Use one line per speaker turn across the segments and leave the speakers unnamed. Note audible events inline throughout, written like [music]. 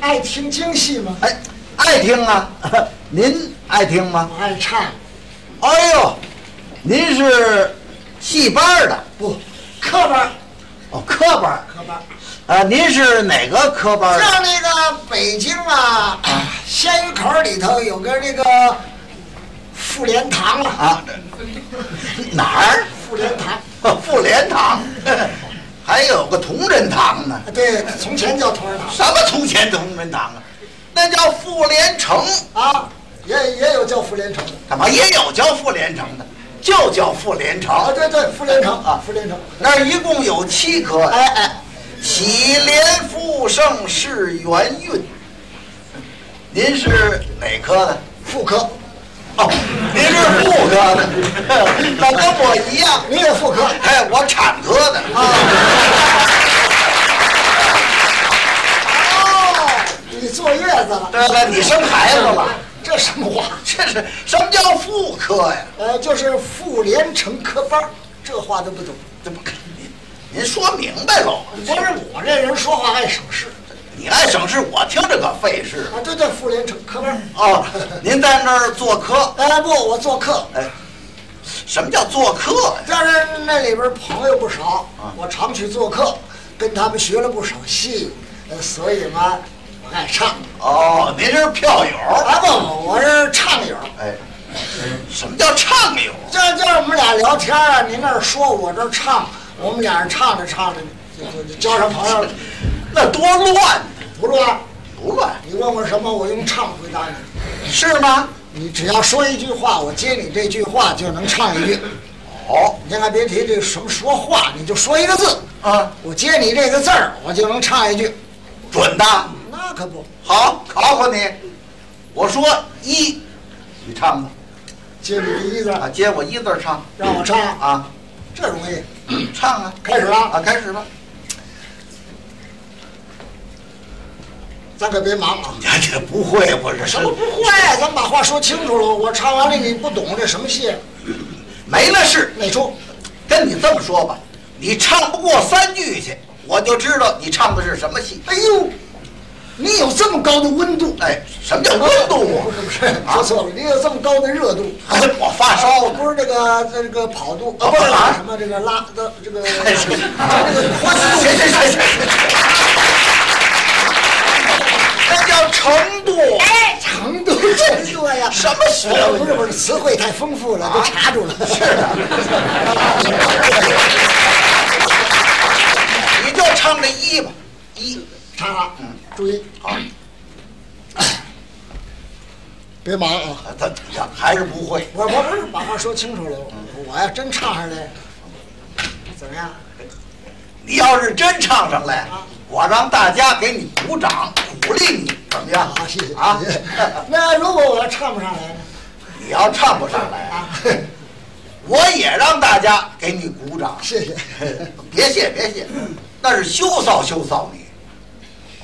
爱听京戏吗？
哎，爱听啊， [laughs] 您爱听吗？
我爱唱，
哎呦，您是戏班儿的
不，课本儿
哦，科班儿
课本儿，
啊？您是哪个科班儿的？
像那个北京啊，鲜鱼口儿里头有个那个妇联堂啊，
啊？哪儿？哦
妇联堂，
妇联堂， [laughs] 还有个同仁堂呢。
对，从前叫同仁堂
什么从前同仁堂啊？那叫妇联城，
啊，也也有叫妇联城的
干嘛也有叫妇联城的，就叫妇联
啊，
城。
对对，妇联城
啊
啊，妇联城，
那儿一共有七科，
哎哎，
喜联复盛世元运。您是哪科的？
妇科，
哦，您是妇科的， [laughs] 那跟我一样。
啊你也妇科，
哎，我产科的
哦，你坐月子了，
对了，你生孩子了，
这什么话？
这是什么叫妇科呀？
呃，就是妇联城科班儿，这话都不懂。
这不，您您说明白喽？
不是我这人说话爱省事
你爱省事，我听着可费事
啊，对对，妇联城科班儿。
哦。您在那儿做客，
哎不，我做客，
哎，什么叫做客呀？
但是那里边朋友不少，我常去做客，跟他们学了不少戏，呃所以嘛，我爱唱。
哦，您是票友，
啊不，我是唱友，
哎，什么叫唱友？
这就是我们俩聊天啊，您那儿说，我这儿唱，我们俩人唱着唱着就就就交上朋友了，
那多乱呢，
不乱。
不乱
你问我什么，我用唱回答你。
是吗？
你只要说一句话，我接你这句话就能唱一句。
哦，
您还别提这什么说话，你就说一个字，
啊，
我接你这个字儿，我就能唱一句。
准的。
那可不，
好，考考你，我说一，你唱吧，
接你第一字儿，
啊，接我一字儿唱
让我唱，
啊，
这容易。
唱啊，
开始了
啊，开始吧。 [laughs]
咱可别忙啊。
你这不会，我这
什么不会？咱把话说清楚了。我唱完了，你不懂这什么戏？
没那事。
哪出？
跟你这么说吧，你唱不过三句去，我就知道你唱的是什么戏。
哎呦，你有这么高的温度？
哎，什么叫温度
不是不是，
啊
说错了，你有这么高的热度。
啊？我发烧了。
不是这个这个跑度啊，
哦
不是
啊
什么这个拉的这个
哎是
这个宽度。
行行行行行，那叫程度。
哎， [laughs] 程度真多呀！
什么学问
不是不是，词汇太丰富了，都查住了。是
你就唱这一吧，一
查了，注意，
好。
[coughs] 别忙啊！
他他还是不会。
我我不是把话说清楚了，我要真唱上来，怎么样？
你要是真唱上来，我让大家给你鼓掌鼓励你，怎么样？
好，谢谢
啊！
谢谢 [laughs] 那如果我要唱不上来呢？
你要唱不上来，
啊，
[laughs] 我也让大家给你鼓掌。
谢谢。
[laughs] 别谢别谢，那是羞臊羞臊你，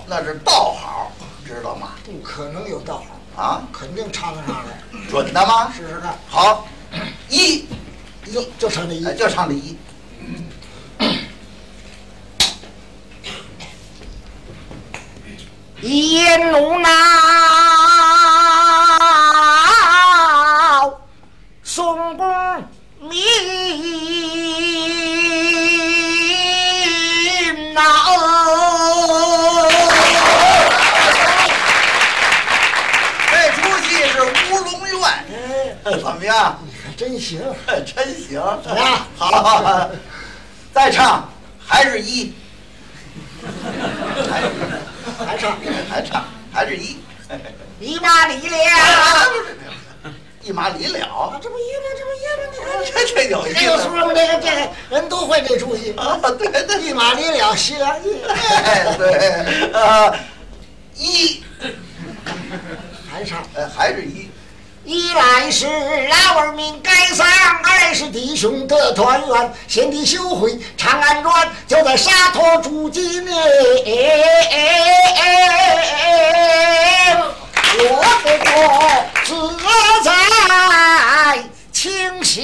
那是道好，知道吗？
不可能有道行，
啊，
肯定唱得上来，
准的吗？
试试看。
好，一，
就就唱这一
哎，就唱这一。
烟奴闹，宋公明闹。
这出戏是乌龙院， [laughs]
哎，
怎么样？
你还真 [laughs] 行，
真行，
怎么样
好，再唱，还是一，还
还唱。啊
还唱，还是一，
你妈你
啊
了，
一马离
啊
了，，
这不一吗？这不一吗？你看
这这有
你
意
看有
思
说吗？这个这个人都会这出戏，
啊！对对
一马离了，西凉地。
对对，呃，一，
还唱
呃，还是一，
一来是老儿命该上，二是
弟兄的团圆，贤弟修回长安庄，就在沙头住几年。
我不过这才清醒。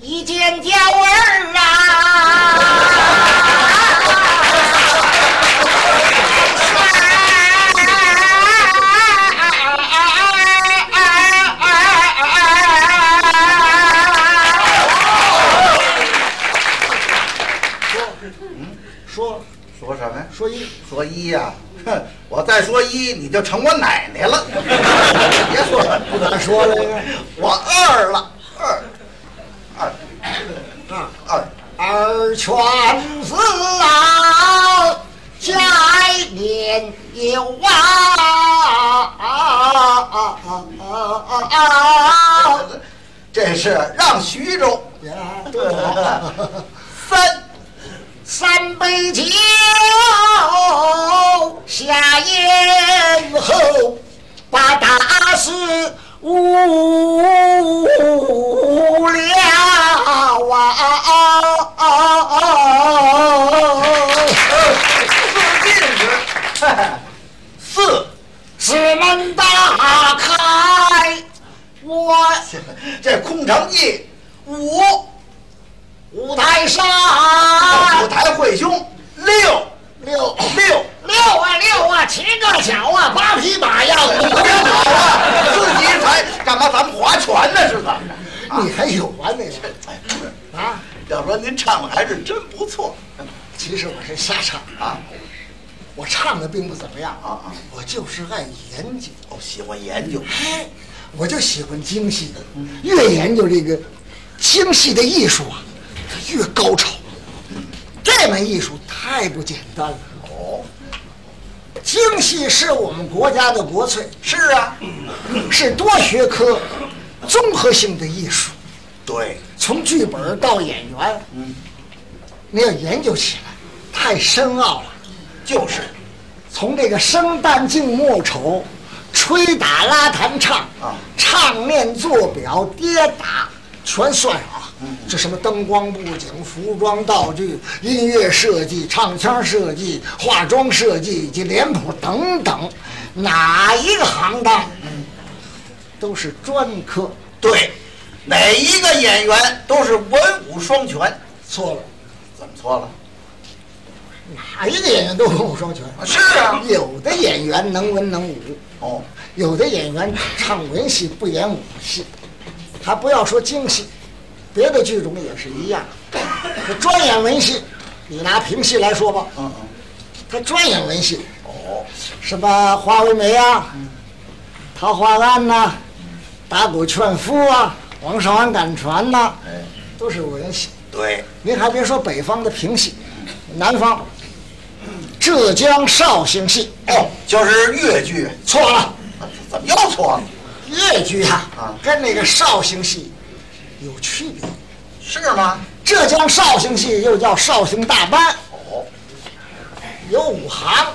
一见娇儿啊啊！
说
说什么呀？
说一
说一呀、哼，我再说一，你就成我奶奶了。别说了，
不敢说了这个
我二了，二，二，
啊，
二，
二泉
死老家年有啊啊啊啊啊！
[laughs] 这是让徐州
呀，对了，
三，
三杯酒下咽后，把大事无了啊！
四进士，四，
四门大开，我
这空城计五，
舞台上
啊
五台会兄六，
六
六，
溜啊溜啊，七个脚啊，八匹马呀，
别
五
跑
个马啊！
了，自己才干嘛？咱们划拳呢是怎么着？
你还有完那个
哎，不是，
啊？
要说您唱的还是真不错
其实我是瞎唱，
啊
我唱的并不怎么样
啊，啊！
我就是爱研究。
哦，喜欢研究，
哎，我就喜欢精细的，越研究这个精细的艺术啊，它越高超。这门艺术太不简单了。
哦，
精细是我们国家的国粹，
是啊，
是多学科、综合性的艺术，
对，
从剧本到演员，
嗯，
你要研究起来，太深奥了。
就是
从这个生旦净末丑，吹打拉弹唱
啊
唱念做表跌打全算上啊。这什么灯光布景、服装道具、音乐设计、唱腔设计、化妆设计以及脸谱等等，哪一个行当都是专科。
对，每一个演员都是文武双全，
错了，
怎么错了？
哪一个演员都文武双全。
是啊，
有的演员能文能武，
哦，
有的演员唱文戏不演武戏，还不要说京戏，别的剧种也是一样。他专演文戏，你拿评戏来说吧，
嗯嗯，
他专演文戏，
哦，
什么花为媒啊，桃花庵呐、打鼓劝夫啊，王少安赶船呐、
哎，
都是文戏。
对，
您还别说北方的评戏，南方浙江绍兴戏哎
哦，就是越剧，啊
错了。
怎么又错了？
越剧啊，
啊
跟那个绍兴戏有区别。
是吗？
浙江绍兴戏又叫绍兴大班，
哦，
有五行，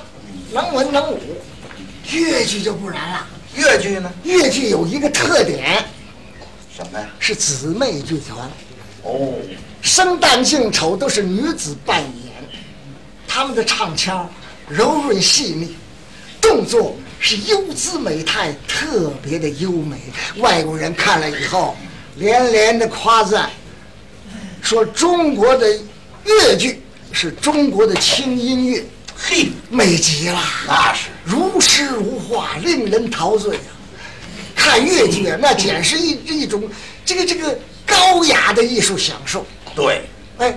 能文能武。越剧就不然了，
越剧呢？
越剧有一个特点
什么呀？
是姊妹剧团，
哦，
生旦净丑都是女子扮演，她们的唱腔柔润细腻，动作是优姿美态，特别的优美。外国人看了以后连连的夸赞，说中国的越剧是中国的轻音乐，
嘿，
美极了，
那是
如诗如画，令人陶醉啊！看越剧啊，那简直是一一种这个这个高雅的艺术享受。
对，
哎，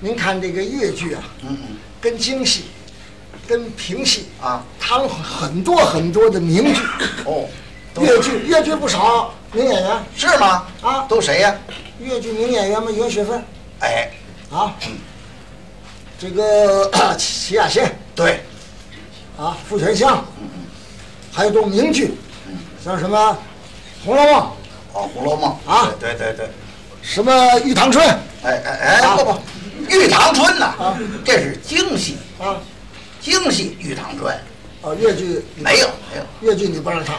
您看这个越剧啊，
嗯嗯，
跟京戏、跟评戏
啊，
它有很多很多的名剧。
哦，都
越剧越剧不少名演员，
是吗？
啊
都谁呀？
越剧名演员嘛，袁雪芬
哎，
啊，这个 [coughs] 咳齐齐雅仙
对，
啊，傅全香，还有都名剧，像什么《红楼梦
哦，《红楼梦》
啊
对对对。对》，
什么《玉堂春》
哎哎哎，
啊
不不，玉堂春呐
啊，
这是京戏，
啊，
京戏玉堂春
哦，越剧
没有没有，
越剧你不让唱，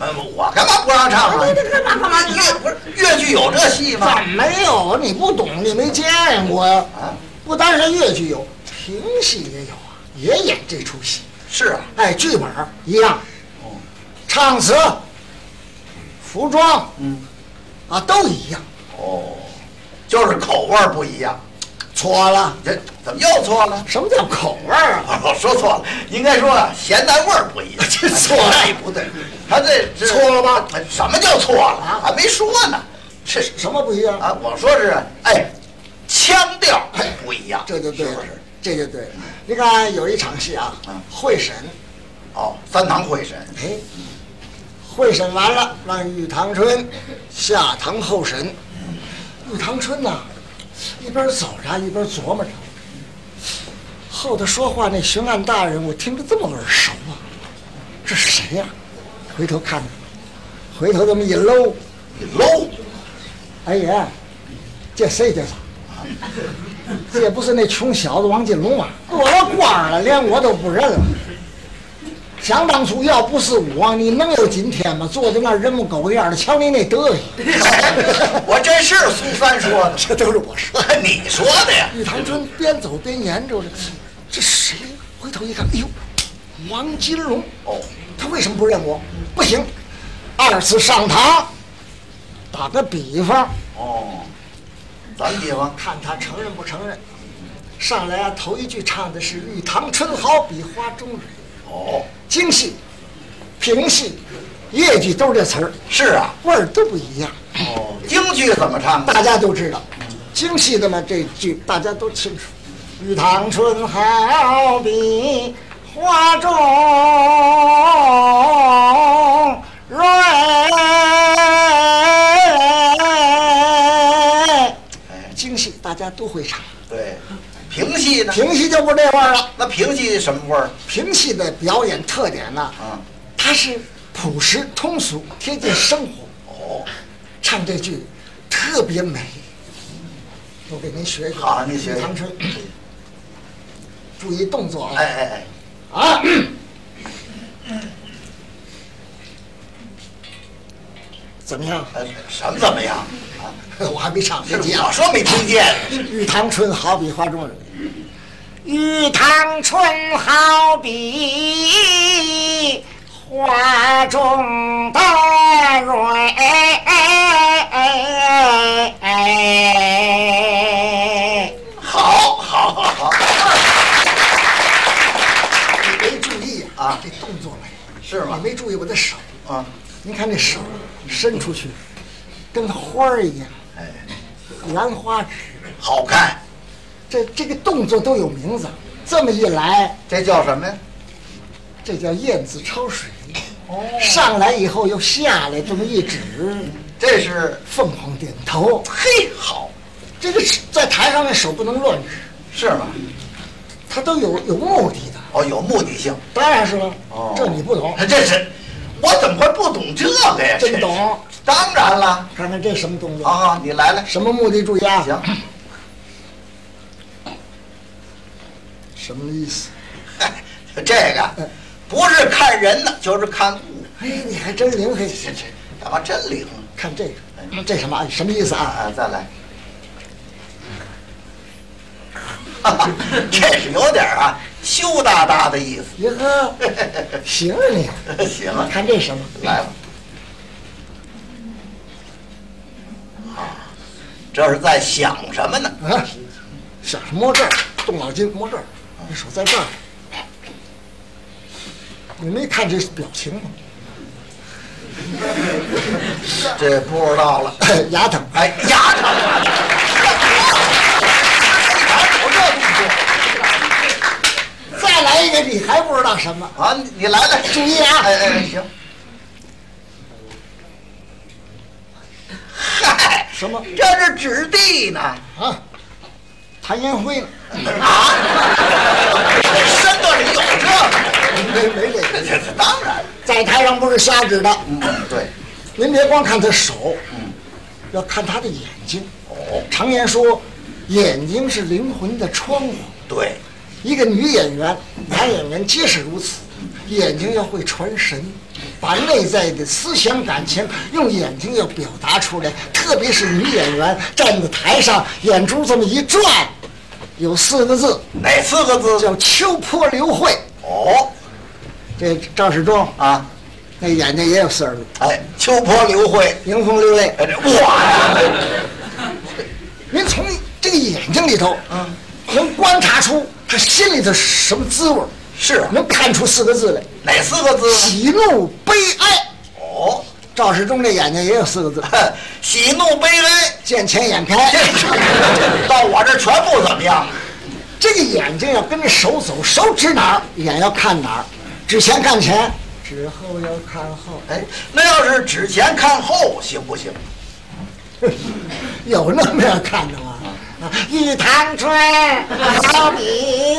呃我干嘛不让唱啊？
干嘛干嘛？你看
不是越剧有这戏吗？
怎么没有？你不懂，你没见过呀。
啊，
不单是越剧有，评戏也有啊，也演这出戏。
是啊，
哎，剧本儿一样，
哦
唱词、服装
嗯，
啊都一样。
哦，就是口味儿不一样。
错了，
这怎么又错了？
什么叫口味儿啊？
啊我说错了，应该说啊，咸淡味儿不一 [laughs] 样。
这错了
哎，不对，他这这
错了吧？
什么叫错了？
啊
还没说呢。是
什么不一样？
啊，我说是哎，腔调不一样，
这就对
是
了
不是？，
这就对了。你看有一场戏啊
嗯，
会审，
哦，三堂会审，
哎，会审完了，让玉堂春下堂候审。玉堂春呐、一边走着一边琢磨着，后头说话那巡按大人，我听着这么耳熟啊，这是谁呀、回头看看，回头这么一搂，
你 [laughs] 搂
哎爷，这谁这是？这也不是那穷小子王金龙啊，做了官儿了，连我都不认了。想当初要不是我，你能有今天吗？坐在那儿人模狗样的，瞧你那德行，
我这是苏三说的，
[laughs] 这都是我说。
[laughs] 你说的呀？
玉堂春边走边研究着，这谁呀？回头一看，哎呦，王金龙，
哦，
他为什么不认我？不行，二次上堂。打个比方，
哦，咱比方，
看他承认不承认。上来啊，头一句唱的是“玉堂春好比花中人
哦，”，
京戏、评戏、越剧都是这词儿，
是啊，
味儿都不一样。
哦，京剧怎么唱的？啊
大家都知道，京戏的嘛这句大家都清楚。玉堂春好比花中瑞，
哎，
京戏大家都会唱，
对，评戏呢？
评戏就不这味儿了。
那评戏什么味儿？
评戏的表演特点呢，
啊，
它是朴实通俗，贴近生活。
哦，
唱这句特别美，我给您学一个。
好您学嗯
唐春， [clears throat] 注意动作啊！
哎哎哎， [coughs]
啊，怎么样？
呃什么怎么样？啊，
我还没唱，
是
别急
我
啊！
说没听见，
[laughs] 玉堂春好比花中人，
玉堂春好比花中的蕊，
好，好，好，好，
你没注意
啊
这动作美，
是吗
你？没注意我的手，
啊，
您看这手伸出去，跟花儿一样，
哎，
兰花指。
好看，
这这个动作都有名字，这么一来，
这叫什么呀？
这叫燕子抽水。哦，上来以后又下来，这么一指，
这是
凤凰点头。
嘿，好，
这个是在台上那手不能乱指，
是吗？
它都有有目的的。
哦，有目的性。
当然是了，
哦，
这你不懂。
这是我怎么会不懂这个呀？
真
这是
懂，
当然了。
看看这什么动
好
作，
好，你来来，
什么目的？注意啊，
啊行，
什么意思？
[laughs] 这个不是看人呢，就是看物。
哎，你还真灵嘿！
这这干嘛真灵
看这个，这什么哎什么意思啊？
啊？再来， [laughs] 哈哈，这是有点啊，羞答答的意
哟呵， [laughs] 行啊你，
思。 [laughs] 行了，
看这什么？
来吧。啊，这是在想什么呢？
啊，想什么摸这儿，动脑筋摸这儿，你手在这儿。你没看这表情吗？ [laughs]
这不知道了。
牙疼，
哎，牙疼啊！ [laughs] 我这动
再来一个，你还不知道什么？
作啊，你你来来，
注意啊
哎哎，行。嗨，
什么
这是指地呢？
啊？谭延辉呢？
啊？山段里有这个？
没没这个，
这当然。
在台上不是瞎指的。
嗯，对。
您别光看他手，要看他的眼睛。
哦，
常言说，眼睛是灵魂的窗户。
对，
一个女演员、男演员皆是如此，眼睛要会传神，把内在的思想感情用眼睛要表达出来。特别是女演员站在台上，眼珠这么一转，有四个字
哪四个字？
叫“秋波流汇
哦，”。
这赵世忠
啊，
那眼睛也有四儿子，
哎，秋波流慧，
迎风流泪。
哎，这我呀，
您的眼睛里头，
嗯，
能观察出他心里头什么滋味儿，
是啊，
能看出四个字来：
哪四个字呢？
喜怒悲哀。
哦，
赵世忠这眼睛也有四个字：
喜怒悲哀。
见钱眼 [laughs] 开。
到我这全部怎么样？
这个眼睛要跟着手走，手指哪儿，眼要看哪儿，指前看前，指后要看后。
哎，那要是指前看后行不行？
有那么样看的吗？啊
一堂春，小笔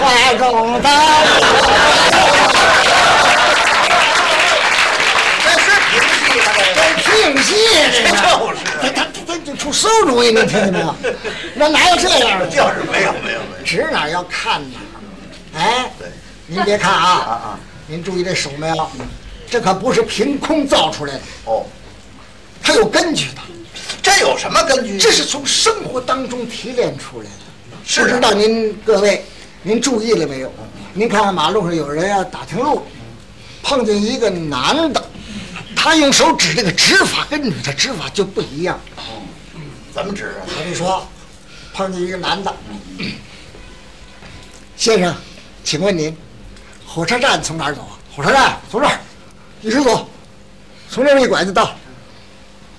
怀中的
这是平戏吗？这个
挺戏这个，
就是
他他他他出馊主意，你听见没有？那哪有这样的？
就是没有没有没有。
指哪儿要看哪儿。哎，
对，
您别看
啊
啊，
啊，
您注意这手没有？这可不是凭空造出来的，
哦，
它有根据的，
这有什么根据？
这是从生活当中提炼出来的。
是
不知
啊
道您各位，您注意了没有？您看看马路上有人要打听路，碰见一个男的，他用手指这个指法跟女的指法就不一样。
怎么指啊？
他就说，碰见一个男的， [clears throat] 先生，请问您，火车站从哪儿走啊？火车站从这儿一直走，从这儿一拐就到。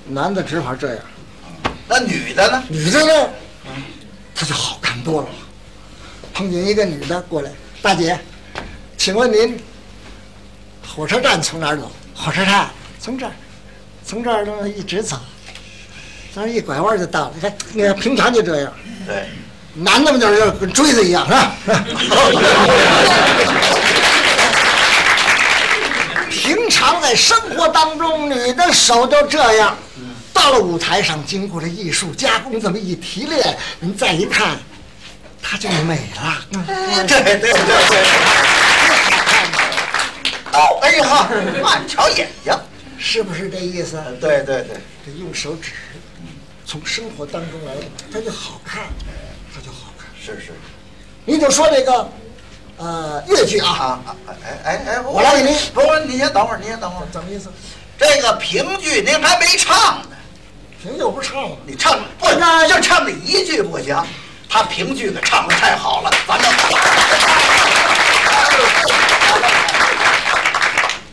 男的指法这样，
那女的呢？
女的呢，啊她就好看多了。碰见一个女的过来，大姐，请问您火车站从哪儿走？火车站从这儿，从这儿呢一直走，咱一拐弯就到了。你看，你看平常就这样，
对，
男的们就是跟锥子一样，是 [laughs] 吧？是吧平常在生活当中，你的手都这样，到了舞台上，经过了艺术加工，这么一提炼，您再一看，它就美了。嗯
对对对对。哦，哎呀，慢瞧眼睛。
是不是这意思？
对对对，
这用手指，从生活当中来，它就好看，它就好看。
是是
你就说这个，呃，越剧啊，
啊啊哎哎哎，
我来给您
不是，你先等会儿，你先等会儿。
怎么意思？
这个评剧您还没唱呢，
平又不唱了。
你唱不
那
就唱这一句不行，他评剧可唱的太好了，咱们。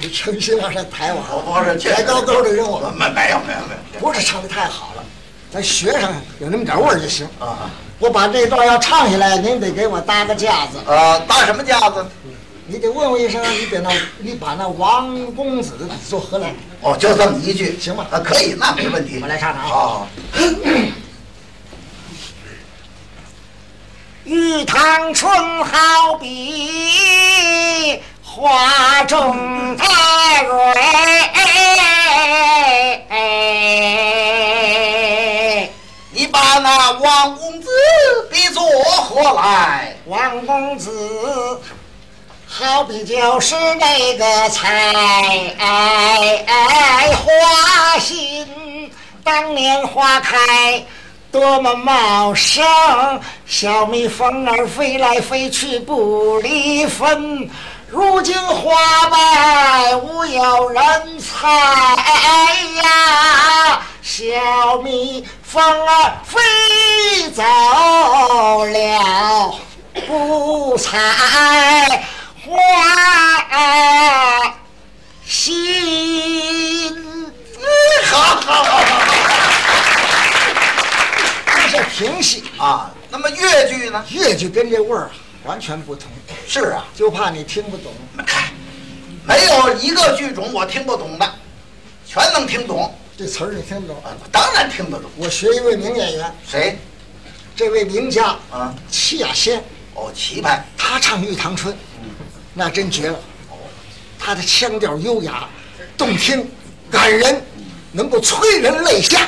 你诚心让他抬我，
我不是这
抬高高的扔我，
没没有没有没有
不是唱的太好了，咱学上有那么点味儿就行。
啊
我把这段要唱下来，您得给我搭个架子，
啊！搭什么架子？
你得问我一声，你得那，你把那王公子你做何来？
哦，就这么一句，
行吧
啊，可以，那没问题。
我来唱唱啊
好好，好
玉堂春好比花中太蕊。
你把那王公子比作何来？
王公子，好比就是那个采花心，当年花开多么茂盛，小蜜蜂儿飞来飞去不离分。如今花败无有人采呀，小蜜蜂儿飞走了，不采花心。
嗯好好好
这是评戏，
好啊！那么越剧呢？
越剧跟这味儿啊完全不同，
是啊，
就怕你听不懂。
没有一个剧种我听不懂的，全能听懂
这词儿你听不懂。
啊！当然听得懂。
我学一位名演员，
谁
这位名家
啊？
戚雅仙，
哦，棋牌。
她唱《玉堂春》，那真绝了。她的腔调优雅、动听、感人，能够催人泪下，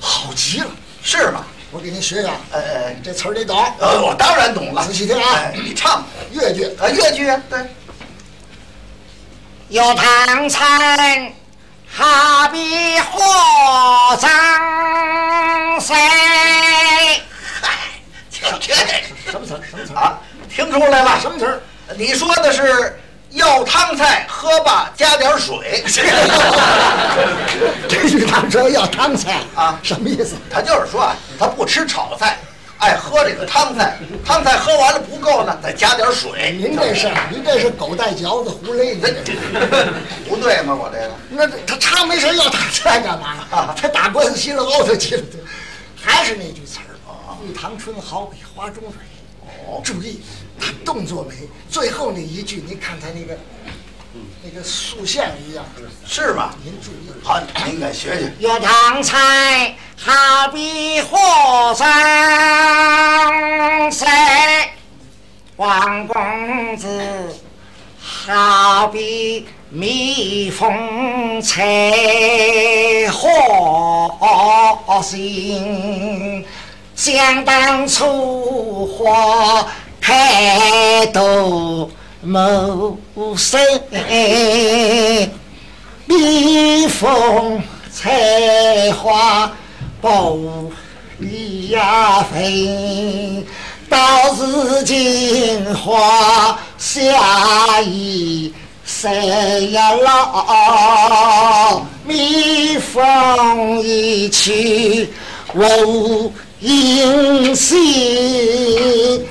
好极了。
是吗？
我给您学学啊，
呃呃
这词儿你懂？
呃，我当然懂了。
仔细听啊
哎你唱
越剧
啊，越剧啊，对，
有唐参，哈比火葬谁？
嗨，就这个
什么词儿？什么词儿？
啊，听出来了。
什么词儿？
你说的是要汤菜喝吧，加点水。 [laughs]
[laughs] 这句他说要汤菜
啊
什么意思？
他就是说啊，他不吃炒菜，爱喝这个汤菜。汤菜喝完了不够呢，再加点 [laughs] 水。
您这是您这是狗带嚼子胡勒，您
哎
这是
不对吗？我这个
那他他没事要打菜干嘛
啊
呀？他打官司稀里糊涂去了，还是那句词
啊
儿，玉堂春好比花中
哦
水。注意，他动作没，最后那一句，您看他那个，那个竖线一样，
嗯是吗？
您注意，
好，您给学学。
有汤菜好比火山水，王公子好比蜜蜂采火星。想当初花开多茂盛。蜜蜂采花不离呀飞，到如今花下一谁呀老？蜜蜂一去无音信。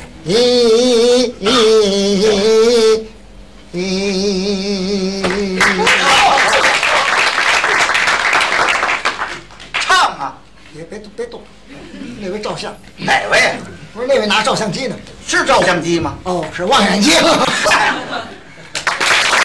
唱啊，
别别动别动，那位照相，
哪位？
不是那位拿照相机呢？
是照相机吗？
哦，是望远镜。